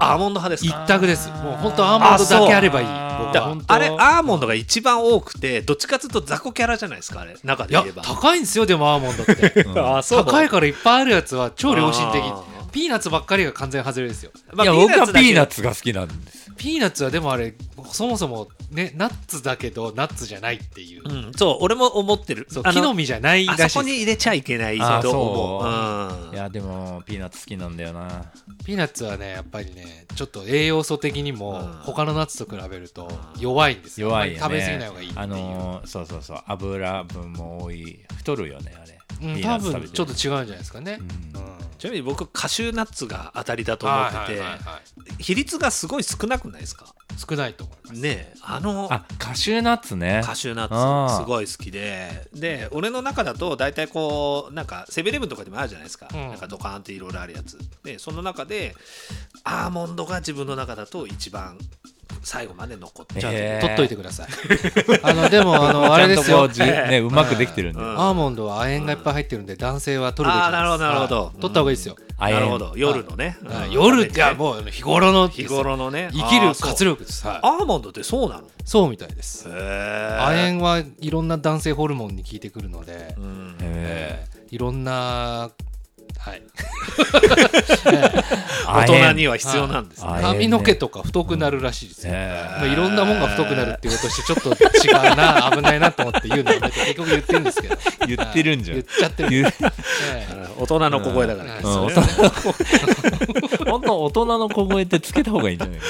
Speaker 4: アーモンド派です
Speaker 3: 一
Speaker 4: か
Speaker 3: 択ですもう本当アーモンドだけあればいい
Speaker 2: あ
Speaker 3: 僕
Speaker 2: そう
Speaker 3: は
Speaker 2: 本当
Speaker 4: あれアーモンドが一番多くてどっちかというと雑魚キャラじゃないですかあれ中
Speaker 3: い
Speaker 4: で
Speaker 3: や
Speaker 4: 言えば
Speaker 3: 高いんですよでもアーモンドって
Speaker 4: あ
Speaker 3: 高いからいっぱいあるやつは超良心的
Speaker 4: あー
Speaker 3: ピーナッツばっかりが完全外れですよ
Speaker 4: まあ
Speaker 2: いや僕は
Speaker 4: だけ
Speaker 2: ピーナッツが好きなんです
Speaker 3: ピーナッツはでもあれそもそもねナッツだけどナッツじゃないっていう,、
Speaker 4: うん、そう俺も思ってる
Speaker 3: そう
Speaker 4: あ
Speaker 3: 木の実じゃないらしいで
Speaker 4: あ
Speaker 3: す
Speaker 4: そこに入れちゃいけない
Speaker 2: あ
Speaker 4: と思う
Speaker 2: そうい
Speaker 4: ん
Speaker 2: やでもピーナッツ好きなんだよな
Speaker 3: ピーナッツはねやっぱりねちょっと栄養素的にも
Speaker 4: うん
Speaker 3: 他のナッツと比べると弱いんですよ
Speaker 2: 弱いよね
Speaker 3: あんまり食べ過ぎない方がいいっていう、
Speaker 2: あのーそうそうそう油分も多い太るよねあれ
Speaker 3: うん
Speaker 2: ピーナッ
Speaker 3: 多
Speaker 2: ツ食べ
Speaker 3: 分
Speaker 2: てる
Speaker 3: ちょっと違うんじゃないですかね、
Speaker 2: うん
Speaker 3: うん
Speaker 4: ちなみに僕カシューナッツが当たりだと思
Speaker 3: はい
Speaker 4: ってて、
Speaker 3: はいはいはい
Speaker 4: 比率がすごい少なくないですか
Speaker 3: 少ないと思います
Speaker 4: ねえあの
Speaker 2: あカシューナッツね
Speaker 4: カシューナッ
Speaker 2: あ
Speaker 4: ツ
Speaker 2: ー
Speaker 4: すごい好きでで俺の中だと大体こうなんかセブンイレブンとかでもあるじゃないですか、
Speaker 3: うん
Speaker 4: なんかドカーンっていろいろあるやつでその中でアーモンドが自分の中だと一番最後まで残っちゃう、
Speaker 2: えー
Speaker 3: 取っといてく ださいあのでもあ のあれですよ
Speaker 2: ちゃんとこうじね、うまくできてるんで。
Speaker 4: うん
Speaker 3: アーモンドは亜鉛がいっぱい入ってるんで男性は取るべき
Speaker 4: あ
Speaker 3: で
Speaker 4: あ
Speaker 3: す
Speaker 4: なるほどなるほど
Speaker 3: はい取った方がいいですよ、
Speaker 2: 亜
Speaker 4: な
Speaker 2: 鉛
Speaker 4: るほど夜のね、
Speaker 3: は
Speaker 4: う
Speaker 3: い
Speaker 4: ん
Speaker 3: 夜っていやもうあの日頃の
Speaker 4: 日頃のね
Speaker 3: 生きる
Speaker 4: あーそう
Speaker 3: 活力です、はい、
Speaker 4: アーモンドってそうなの
Speaker 3: そうみたいです
Speaker 4: へ
Speaker 3: 亜鉛はいろんな男性ホルモンに効いてくるので、
Speaker 4: うん
Speaker 2: え
Speaker 3: えーいろんなはい
Speaker 2: ー
Speaker 4: 大
Speaker 2: 亜
Speaker 4: 人
Speaker 2: 鉛
Speaker 4: には必要なんですね
Speaker 2: あええね
Speaker 3: 髪の毛とか太くなるらしいですよ、
Speaker 2: え
Speaker 3: まあ、いろんなもんが太くなるっていうことしてちょっと違 うな危ないなと思って言うのやめて結局言ってるんですけど
Speaker 2: ー言ってるんじゃん
Speaker 3: 言っ。ちゃってる、
Speaker 2: 言う
Speaker 3: ええ
Speaker 4: 大人の小声だから
Speaker 3: うん
Speaker 4: ね
Speaker 2: うん
Speaker 4: そ
Speaker 2: 大
Speaker 4: れ
Speaker 2: 人の声 本当大人の小声ってつけた方がいいんじゃないか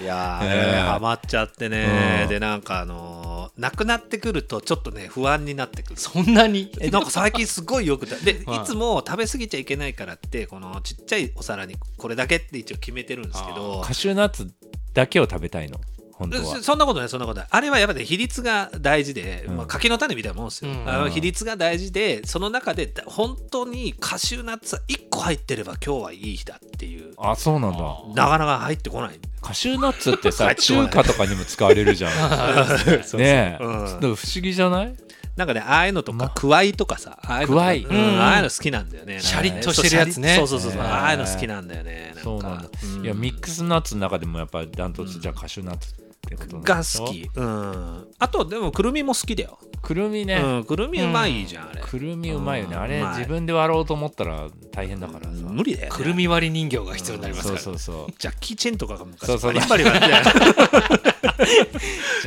Speaker 4: いやー、
Speaker 2: ね
Speaker 4: ね
Speaker 2: え
Speaker 4: ハマっちゃってね、
Speaker 2: うん
Speaker 4: でなんかあのーなくなってくるとちょっとね不安になってくる
Speaker 3: そんなに
Speaker 4: えなんか最近すごいよくたで、
Speaker 3: はい
Speaker 4: い、つも食べ過ぎちゃいけないからってこのちっちゃいお皿にこれだけって一応決めてるんですけど
Speaker 2: な。カシューナッツだけを食べたいの。本当は
Speaker 4: そ。そんなことないそんなことないあれはやっぱり比率が大事で、
Speaker 2: うん
Speaker 4: まあ、柿の種みたいなもんですよ、
Speaker 3: うん
Speaker 4: あの比率が大事でその中でだ本当にカシューナッツは1個入ってれば今日はいい日だっていう
Speaker 2: あ、そうなんだ。
Speaker 4: なかなか入ってこない
Speaker 2: カシューナッツって さ、
Speaker 4: 入ってこな
Speaker 2: 中
Speaker 4: い
Speaker 2: 華とかにも使われるじゃん。 ねえ、ち
Speaker 4: う
Speaker 2: ょ
Speaker 4: ん
Speaker 2: っと不思議じゃない
Speaker 4: なんかねああいうのと
Speaker 2: ま
Speaker 4: かくわいとかさああいうのとか
Speaker 2: くわい
Speaker 4: うんああいうの好きなんだよね
Speaker 3: シャリッとしてるやつね
Speaker 4: そうそうそうそう
Speaker 2: ね
Speaker 4: ああいうの好きなんだよねか
Speaker 2: そうなんだ。
Speaker 4: うん
Speaker 2: いや、ミックスナッツの中でもやっぱりダントツじゃあカシューナッツってことなん
Speaker 4: が
Speaker 2: でしょ
Speaker 4: 好。きうんあとでもくるみも好きだよ
Speaker 2: くるみね。
Speaker 4: うんくるみうまいじゃんあれ
Speaker 2: くるみうまいよね。
Speaker 4: うん
Speaker 2: あれ
Speaker 4: うまい
Speaker 2: 自分で割ろうと思ったら大変だからさ。
Speaker 4: 無理だよね
Speaker 3: くるみ割り人形が必要になります
Speaker 2: そ
Speaker 3: か
Speaker 2: う
Speaker 3: ら
Speaker 2: そうそう。
Speaker 4: ジャッキー・チェンとかが昔
Speaker 2: そうそう
Speaker 4: バリバリ割ってたよね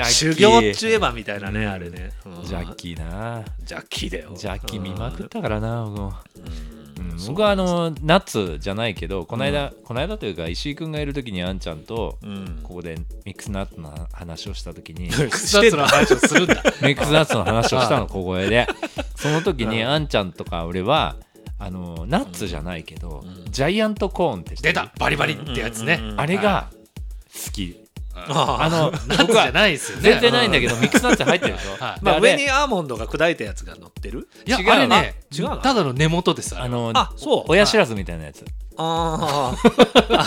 Speaker 4: 修行っちゅえばみたいなね
Speaker 2: うん
Speaker 4: あれねうん
Speaker 2: ジャッキーな。
Speaker 4: ジャッキーだよ
Speaker 2: ジャッキー見まくっ
Speaker 4: った
Speaker 2: からな、僕も。うん
Speaker 4: そう
Speaker 2: 僕はあの、ナッツじゃないけど、この間、この間というか、石井君がいる時にあんちゃんと、ここでミックスナッツの話をした時に、
Speaker 4: スナッツの話をするんだ
Speaker 2: ミックスナッツの話を した
Speaker 3: は
Speaker 2: の小声でその時にあんちゃんとか俺はあのナッツじゃないけど、ジャイアントコーンって知って
Speaker 3: 出
Speaker 2: る
Speaker 3: たバリバリってやつね、
Speaker 4: うんうんうん
Speaker 2: あれが好きあ
Speaker 4: あ
Speaker 2: の
Speaker 3: ナッツ
Speaker 2: 僕
Speaker 3: じゃ
Speaker 2: は
Speaker 3: ないですよね
Speaker 2: 全然ないんだけどミックスナッツ入ってるでしょ、
Speaker 3: はい
Speaker 2: で
Speaker 4: まあ
Speaker 2: あれ
Speaker 4: 上にアーモンドが砕いたやつが乗ってる
Speaker 3: いや
Speaker 2: 違う
Speaker 3: あれね
Speaker 4: あ違うの
Speaker 3: ただの根元です
Speaker 2: あ
Speaker 3: あの
Speaker 2: の
Speaker 4: あそう
Speaker 2: 親知らずみたいなやつ
Speaker 4: あ あ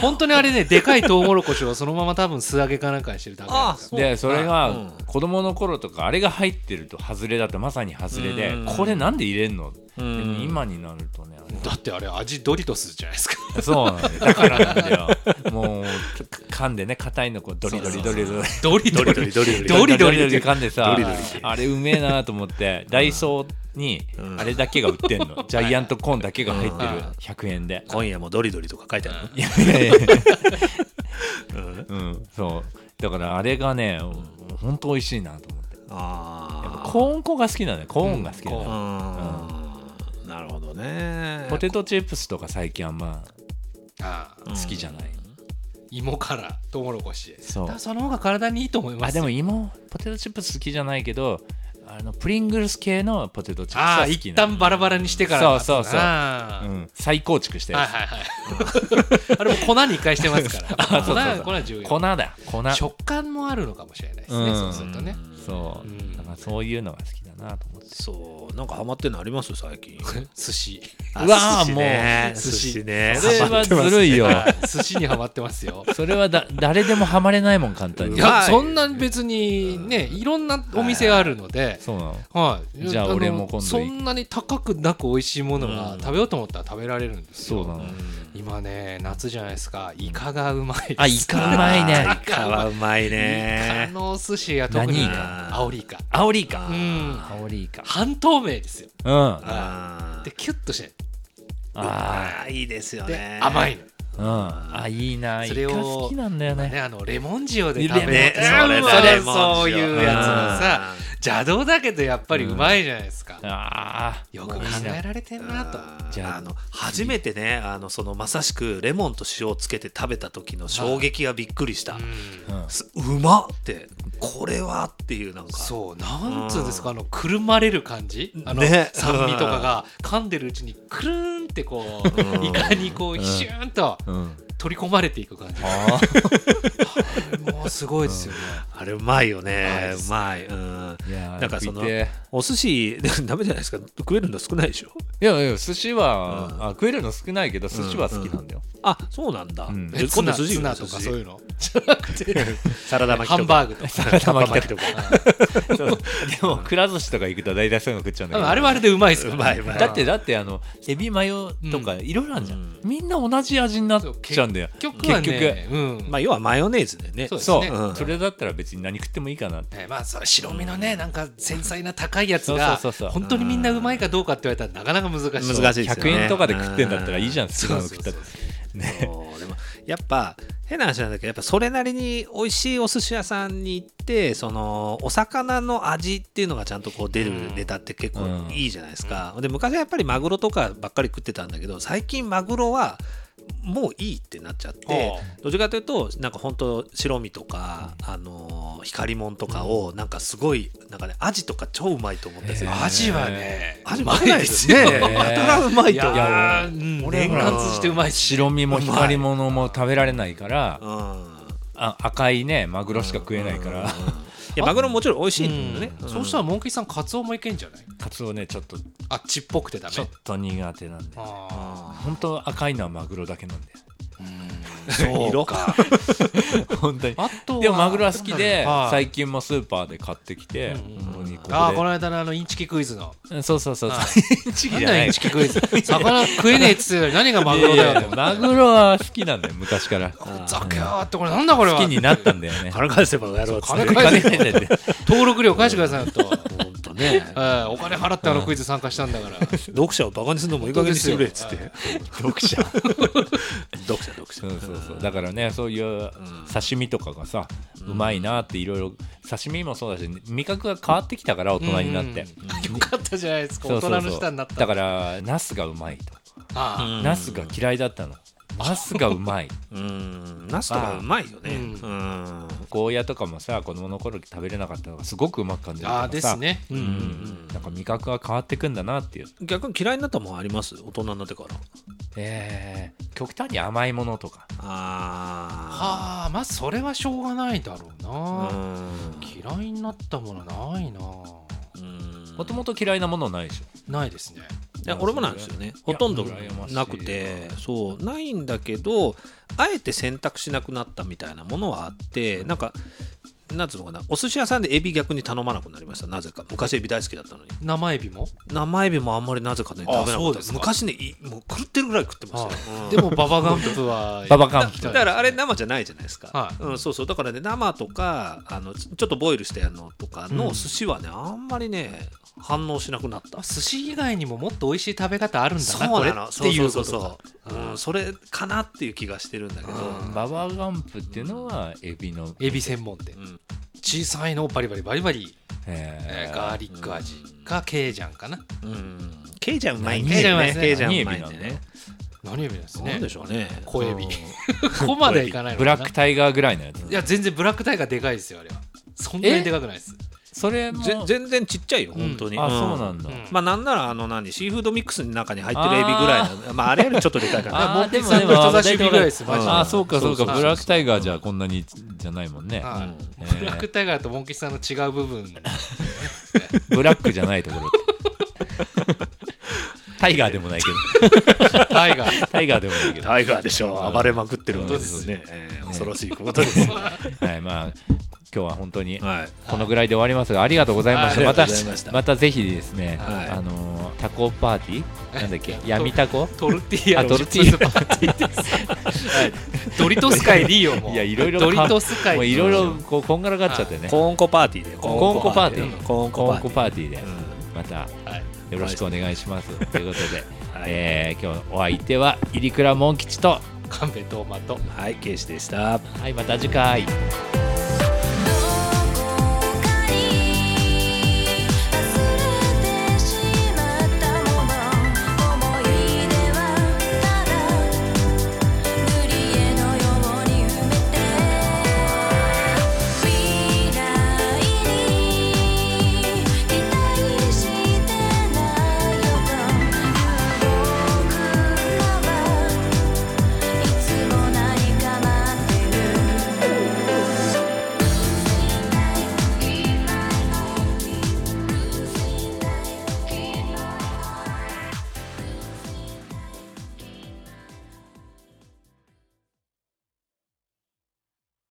Speaker 3: 本当にあれねでかいトウモロコシをそのまま多分素揚げかなんかにしてるだけなんですよ
Speaker 2: でそれ
Speaker 4: うん
Speaker 2: が子供の頃とかあれが入ってると外れだったまさに外れで
Speaker 4: うん
Speaker 2: これなんで入れんの
Speaker 4: う
Speaker 2: で
Speaker 4: ん
Speaker 2: 今になるとねあれ
Speaker 3: だってあれ味ドリトスじゃないですか
Speaker 2: そうなんだよだからなんだよもう噛んでね硬いのこうドリドリドリドリ
Speaker 3: ドリドリ
Speaker 4: ドリドリドリ
Speaker 3: ドリドリ
Speaker 2: 噛んでさ
Speaker 4: ドリドリって
Speaker 2: あれうめえなと思ってダイソーに
Speaker 4: うん
Speaker 2: あれだけが売ってんのジャイアントコーンだけが入って
Speaker 3: うん
Speaker 2: る100円で
Speaker 4: 今夜もドリドリとか書いてある
Speaker 2: いやいやいや
Speaker 4: うん
Speaker 2: うんそうだからあれがね本当美味しいなと思ってやっぱ
Speaker 4: あ
Speaker 2: コーン粉が好きなのよコーンが好きな
Speaker 3: うんコーン
Speaker 2: の
Speaker 4: あうんなるほどね
Speaker 2: ポテトチップスとか最近あんま
Speaker 3: ああ
Speaker 2: 好きじゃない
Speaker 3: 芋からトウモロコシ
Speaker 2: そう
Speaker 3: だからその方が体にいいと思いま
Speaker 2: あ
Speaker 3: す
Speaker 2: で
Speaker 3: よ
Speaker 2: も芋ポテトチップス好きじゃないけどあのプリングルス系のポテトチップス
Speaker 3: あ
Speaker 2: は
Speaker 3: あ
Speaker 2: 好き
Speaker 3: 一
Speaker 2: なの
Speaker 3: 旦バラバラにしてから
Speaker 2: そうそうそう
Speaker 3: ああ
Speaker 2: うん再構築してる
Speaker 3: はいはいはいあれも粉に一回してます から
Speaker 2: あそ
Speaker 3: 粉
Speaker 2: うそうそう
Speaker 3: 粉重
Speaker 2: 粉
Speaker 3: 要
Speaker 2: だ粉
Speaker 3: 食感もあるのかもしれないですね
Speaker 2: うん
Speaker 3: そうするとね
Speaker 2: そう、
Speaker 3: うん
Speaker 2: だからそういうのが好きだなと思って。
Speaker 4: そうなんかハマってんのあります最近
Speaker 3: 寿司
Speaker 4: あ
Speaker 2: う わー
Speaker 4: 寿司ね
Speaker 2: もう
Speaker 4: 寿司ね
Speaker 2: それ
Speaker 4: ハマ
Speaker 2: は
Speaker 4: っ
Speaker 2: ず
Speaker 4: てます
Speaker 2: るいよ。
Speaker 3: 寿司にはまってますよ
Speaker 2: それはだ誰でもハマれないもん簡単
Speaker 4: う
Speaker 2: に
Speaker 3: い
Speaker 4: わ。
Speaker 3: やそんな別にねいろんなお店があるので
Speaker 2: そうなの。
Speaker 3: はい
Speaker 2: じゃあ
Speaker 3: の
Speaker 2: 俺も今度行く
Speaker 3: そんなに高くなく美味しいものが
Speaker 4: うん
Speaker 3: 食べようと思ったら食べられるんです
Speaker 2: そ
Speaker 3: よ
Speaker 2: うなの。
Speaker 3: 今ね夏じゃないですかイカがうまいです
Speaker 2: あイカうまいね。
Speaker 4: イカはうまい
Speaker 3: イカ
Speaker 4: ね
Speaker 3: のお寿司は特に
Speaker 2: 何イ
Speaker 4: カ
Speaker 3: アオリイカ
Speaker 2: アオリイカ
Speaker 3: う。ん
Speaker 2: アオリイカ。
Speaker 3: 半透明ですよ
Speaker 2: うん。あ
Speaker 4: あ
Speaker 3: でキュッとして
Speaker 2: あ
Speaker 4: あーいいですよ
Speaker 3: で
Speaker 4: ね
Speaker 3: 甘い
Speaker 2: ー。
Speaker 3: の
Speaker 2: うん。あいいな。イ
Speaker 3: そ
Speaker 2: カ
Speaker 3: れを
Speaker 2: 好きなんだよ
Speaker 3: ね
Speaker 2: ね。
Speaker 3: あのレモン塩で食べる
Speaker 2: ね
Speaker 3: う
Speaker 2: そ
Speaker 3: ん
Speaker 2: れだ
Speaker 3: それ
Speaker 4: レモン塩
Speaker 3: そういうやつのさ邪道だけどやっぱりうまいじゃないですか
Speaker 2: ああ。
Speaker 3: よく考えられてんなと
Speaker 2: じ
Speaker 4: じ
Speaker 2: ゃあ
Speaker 4: ゃあの初めてねあのそのまさしくレモンと塩をつけて食べた時の衝撃がびっくりした、
Speaker 3: うん
Speaker 2: うん
Speaker 4: すうまっってこれはっていうなんか
Speaker 3: そうなんつうんですかあのくるまれる感じあの
Speaker 4: ね
Speaker 3: 酸味とかが噛んでるうちにくるーんってこう
Speaker 4: うん
Speaker 3: イカにこう
Speaker 2: うん
Speaker 3: ヒシューンと
Speaker 2: うん。
Speaker 3: 取り込まれていく感じ
Speaker 2: あ
Speaker 3: もうすごいですよね、
Speaker 4: あれうまいよね
Speaker 3: う
Speaker 4: うまいうん
Speaker 2: ーいやー
Speaker 4: なんかその
Speaker 2: 食いて
Speaker 4: お寿司 ダメじゃないですか食えるの少ないでしょ
Speaker 2: えいやいや寿司は、
Speaker 4: うん
Speaker 2: あ食えるの少ないけど寿司は好きなんだよ、
Speaker 4: あそうなんだ、
Speaker 2: うん
Speaker 4: じゃあ
Speaker 3: ツ
Speaker 4: 今
Speaker 3: ナ
Speaker 4: 度寿司
Speaker 3: ツ
Speaker 4: 行く
Speaker 3: ナ
Speaker 4: の
Speaker 3: とか
Speaker 4: 寿司
Speaker 3: そういうのじゃなくて
Speaker 4: サラダ巻 き
Speaker 3: ハ
Speaker 4: とか
Speaker 3: ンバーグとか
Speaker 2: サ ラダ巻きと
Speaker 4: か
Speaker 2: でもくら寿司とか行くと大体そういうの食っちゃうんだけど
Speaker 3: あれはあれでうまいですからね
Speaker 4: うまいうまい
Speaker 2: だってだってあのエビマヨとかいろいろあるじゃん、みんな同じ味になっちゃうんだよ
Speaker 3: 結局はねうん
Speaker 4: まあ要はマヨネーズだよね
Speaker 3: そうです
Speaker 2: そう、
Speaker 3: ね
Speaker 4: うん
Speaker 2: それだったら別に何食ってもいいかなって
Speaker 3: ねまあそれ白身のねなんか繊細な高いやつが
Speaker 2: そうそうそうそう
Speaker 3: 本当にみんなうまいかどうかって言われたらなかなか難しい
Speaker 4: 難しいですよね
Speaker 2: 100円とかで食ってんだったらいいじゃん
Speaker 4: う
Speaker 2: 好きなの食ったって
Speaker 4: そうでもやっぱ変な話なんだけどやっぱそれなりに美味しいお寿司屋さんに行ってそのお魚の味っていうのがちゃんとこう出る
Speaker 3: うん
Speaker 4: ネタって結
Speaker 2: うん
Speaker 4: 構いいじゃないですか、で昔はやっぱりマグロとかばっかり食ってたんだけど最近マグロはもういいってなっちゃって
Speaker 3: ほ
Speaker 4: どっちかというとなんか本当白身とか、あのー光もんとかをなんかすごいなんかねアジとか超うまいと思ったりする
Speaker 2: へー
Speaker 3: アジはね
Speaker 4: ア
Speaker 3: う
Speaker 4: ジう
Speaker 3: ま
Speaker 4: ま
Speaker 3: い
Speaker 4: い
Speaker 3: で
Speaker 4: ですす
Speaker 3: よ
Speaker 4: ね
Speaker 2: ね
Speaker 4: やた らうまいと思う
Speaker 3: いやーうん
Speaker 4: 俺
Speaker 3: 連発してうまいし
Speaker 2: 白身も光り物も食べられないから
Speaker 4: うん
Speaker 2: あ赤いねマグロしか食えないか
Speaker 4: うんう
Speaker 2: ら
Speaker 4: んうんいやマグロもちろん美味しいんだけどね、
Speaker 3: そうしたらモンキーさんカツオもいけんじゃない
Speaker 2: カツオねちょっとち
Speaker 3: あっちっぽくてダ
Speaker 2: ょっ
Speaker 3: メ
Speaker 2: と苦手なんで
Speaker 3: あ
Speaker 2: 本当赤いのはマグロだけなんで
Speaker 3: あそうか
Speaker 2: 本当に
Speaker 3: あとは
Speaker 2: でもマグロは好きで
Speaker 3: はい
Speaker 2: 最近もスーパーで買ってきて
Speaker 3: うんうん
Speaker 2: 本当にここで
Speaker 3: ああこの間のあのインチキクイズの
Speaker 2: うんそうそうそうそう
Speaker 3: は
Speaker 2: インチキ
Speaker 3: なん
Speaker 2: じゃな
Speaker 3: だイ
Speaker 2: い
Speaker 3: ンチキクイズ魚食えねえっつってたのに何がマグロだよ
Speaker 2: いやいやマグロは好きなんだよ昔から
Speaker 4: あ
Speaker 3: ザキャーってこれなんだこれは
Speaker 2: 好きになったんだよ ね
Speaker 4: 金返せばやろうっつっ
Speaker 3: 金
Speaker 4: て
Speaker 3: 返せ
Speaker 2: 金返せって
Speaker 3: 登録料返してくださいよと
Speaker 4: 本当ね
Speaker 3: ええお金払ってあのクイズ参加したんだから
Speaker 4: 読者をバカにするのもいい加減にしてくれっつって
Speaker 3: 本
Speaker 4: 読者読者読者
Speaker 2: そうそうそうだからねそういう刺身とかがさ、うまいなっていろいろ刺身もそうだし味覚が変わってきたから大人になって、
Speaker 3: うんうんよかったじゃないですか
Speaker 2: そう
Speaker 3: 大
Speaker 2: そ
Speaker 3: 人
Speaker 2: うそう
Speaker 3: の舌になった
Speaker 2: だからナスがうまいと、
Speaker 3: あ
Speaker 4: うん
Speaker 2: ナスが嫌いだったのナスがうまい
Speaker 4: うんナスとかうまいよね
Speaker 3: うん
Speaker 4: うん
Speaker 2: ゴーヤとかもさ子供の頃食べれなかったのがすごくうまく感じ
Speaker 3: あ
Speaker 2: る
Speaker 3: あ
Speaker 2: か
Speaker 3: あで
Speaker 2: らさ
Speaker 3: すねう
Speaker 2: うんんなんか味覚が変わってくんだなっていう、
Speaker 4: 逆に嫌いになったもんあります大人になってから
Speaker 2: えー極端に甘いものとか
Speaker 4: あ
Speaker 3: はあまあそれはしょうがないだろう
Speaker 4: あ
Speaker 3: な嫌いになったものないな
Speaker 2: もともと嫌いなものないでしょ
Speaker 3: ないですね
Speaker 4: いや俺もなんですよねほとんどなくてそうないんだけどあえて選択しなくなったみたいなものはあってなんかなんつうのかなお寿司屋さんでエビ逆に頼まなくなりましたなぜか昔エビ大好きだったのに
Speaker 3: 生エビも
Speaker 4: 生エビもあんまりなぜかね食べなか
Speaker 3: そ
Speaker 4: っ
Speaker 3: う
Speaker 4: た
Speaker 3: で
Speaker 4: ですす
Speaker 3: か
Speaker 4: 昔ねいもう狂ってるぐらい食ってましたよ、うん
Speaker 3: でもババガンプは
Speaker 2: ババガンプ
Speaker 4: だからあれ生じゃないじゃないですか、
Speaker 3: はい
Speaker 4: うん、そうそうだからね生とかあのちょっとボイルしてやるのとか
Speaker 3: う
Speaker 4: の
Speaker 3: ん
Speaker 4: 寿司はね、あんまりね反応しなくなった
Speaker 3: あ寿司以外にももっと美味しい食べ方あるんだ
Speaker 4: そ
Speaker 3: な
Speaker 4: う
Speaker 3: これ
Speaker 4: な
Speaker 3: っ
Speaker 4: のそ
Speaker 3: て
Speaker 4: う
Speaker 3: い
Speaker 4: そううそ
Speaker 3: こ
Speaker 4: う
Speaker 3: とか
Speaker 4: そう、うん、それかなっていう気がしてるんだけど、
Speaker 3: うん
Speaker 2: ババガンプっていうのはエビの、
Speaker 3: エビ専門店
Speaker 4: うん
Speaker 3: 小さいのをバリバリバリバリえ
Speaker 2: え
Speaker 3: ー
Speaker 2: ー
Speaker 3: ガーリック味かケイジャンかな
Speaker 4: うん、ケイジャンうまいん
Speaker 3: ケイ
Speaker 4: だ
Speaker 3: ジャンう
Speaker 4: よ
Speaker 3: まいですね
Speaker 4: ねケイジャンうまいん
Speaker 2: 何エビな
Speaker 4: だよ
Speaker 2: ん
Speaker 4: ね
Speaker 3: 何エビです
Speaker 4: な
Speaker 3: ね
Speaker 4: んでしょうね
Speaker 3: 小エビ
Speaker 4: うん
Speaker 3: ここまではいかないの
Speaker 2: ブ
Speaker 3: かな
Speaker 2: ラックタイガーぐらいのやつ
Speaker 3: いや全然ブラックタイガーでかいですよあれはそんなにでかくないです
Speaker 2: それも
Speaker 4: ぜ全然ちっちゃいよ本当に、
Speaker 2: あそうなんだ、
Speaker 3: うん
Speaker 4: まあなんならあの何シーフードミックスの中に入ってるエビぐらいのまああれよりちょっとでかいかな
Speaker 3: あモンテさんの人差し指ぐらいですマジで
Speaker 2: あそうかそう
Speaker 3: そう
Speaker 2: か
Speaker 3: そう
Speaker 2: ブラックタイガーじゃこんなにじゃないもんね
Speaker 3: は
Speaker 2: うん
Speaker 3: いブラックタイガーとモンキーさんの違う部分
Speaker 2: ブラックじゃないとこ ろタイガーでもないけど
Speaker 3: タイガー
Speaker 2: タイガーでもないけど、
Speaker 4: タイガーでしょ暴れまくってるわけですよね、えー恐ろしいことですね
Speaker 2: はい、まあ今日は本当に
Speaker 4: はい
Speaker 2: このぐらいで終わりますがありがとうございました、
Speaker 4: はい
Speaker 2: また
Speaker 4: ありがとうございました
Speaker 2: またぜひですね、
Speaker 4: はい
Speaker 2: あのータコパーティーなんだっけ闇タコ
Speaker 3: トルティーヤ
Speaker 2: あ
Speaker 3: の
Speaker 2: トルティーヤ
Speaker 3: チップスパーティーです はいドリトス界でいいよもう
Speaker 2: い
Speaker 3: い
Speaker 2: やいろいろ
Speaker 3: ドリトス界
Speaker 2: もういろいろこうこんがらがっちゃってね、
Speaker 4: コーンコパーティーで
Speaker 2: コーンコパーティー
Speaker 4: コーン
Speaker 2: コン
Speaker 4: コパーテ
Speaker 2: コ
Speaker 4: ィー
Speaker 2: パーティーで
Speaker 4: う
Speaker 2: また
Speaker 3: はい
Speaker 2: よろしくお願いします、ということで、
Speaker 4: はい
Speaker 2: えー今日のお相手は入倉門吉と
Speaker 3: 神戸トーマと
Speaker 4: んはい、ケイシでした。
Speaker 2: はいまた次回。
Speaker 4: バイ